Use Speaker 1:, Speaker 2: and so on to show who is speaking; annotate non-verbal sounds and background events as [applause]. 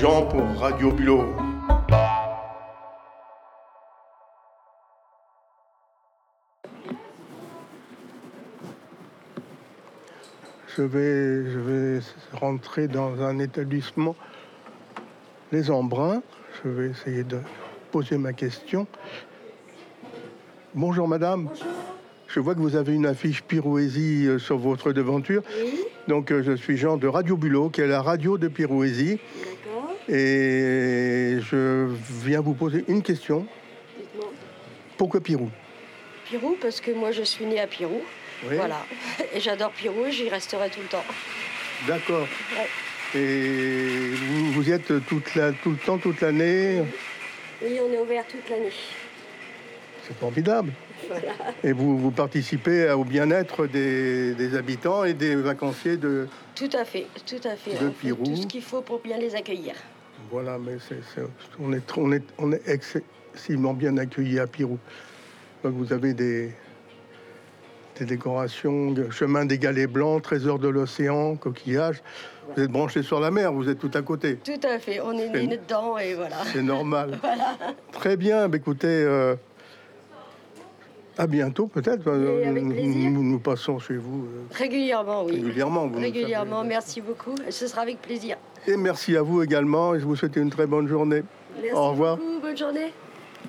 Speaker 1: Jean pour Radio Bulot. Je vais, je vais rentrer dans un établissement, les Embruns. Je vais essayer de poser ma question. Bonjour madame. Je vois que vous avez une affiche Pirouésie euh, sur votre devanture.
Speaker 2: Oui,
Speaker 1: Donc euh, je suis Jean de Radio Bulot, qui est la radio de Pirouésie.
Speaker 2: d'accord.
Speaker 1: Et je viens vous poser une question.
Speaker 2: Dites-moi.
Speaker 1: Pourquoi Pirou
Speaker 2: Pirou, parce que moi je suis née à Pirou.
Speaker 1: Oui,
Speaker 2: Voilà. [laughs] Et j'adore Pirou et j'y resterai tout le temps.
Speaker 1: D'accord. Et vous, vous y êtes toute la- tout le temps, toute l'année.
Speaker 2: Oui, on est ouvert toute l'année.
Speaker 1: C'est formidable. Et vous, vous participez au bien-être des, des habitants et des vacanciers de...
Speaker 2: Tout à fait, tout à fait.
Speaker 1: De
Speaker 2: On fait
Speaker 1: Pirou.
Speaker 2: Tout ce qu'il faut pour bien les accueillir.
Speaker 1: Voilà, mais c'est- c'est- on, est, tr- on, est, on est excessivement bien accueillis à Pirou. Donc vous avez des, des décorations, de- chemin des galets blancs, trésor de l'océan, coquillages. Vous êtes branchés sur la mer, vous êtes tout à côté.
Speaker 2: Tout à fait, on est
Speaker 1: C'est-
Speaker 2: nés dedans et voilà. [laughs]
Speaker 1: C'est normal. Très bien, bah, écoutez, euh, à bientôt peut-être.
Speaker 2: Et avec
Speaker 1: Nous-
Speaker 2: plaisir.
Speaker 1: Nous, nous passons chez vous euh,
Speaker 2: Régulièrement, oui.
Speaker 1: régulièrement. vous le savez.
Speaker 2: Régulièrement, merci beaucoup. Ce sera avec plaisir.
Speaker 1: Et merci à vous également, et je vous souhaite une très bonne journée.
Speaker 2: Merci
Speaker 1: Au revoir.
Speaker 2: beaucoup, bonne journée.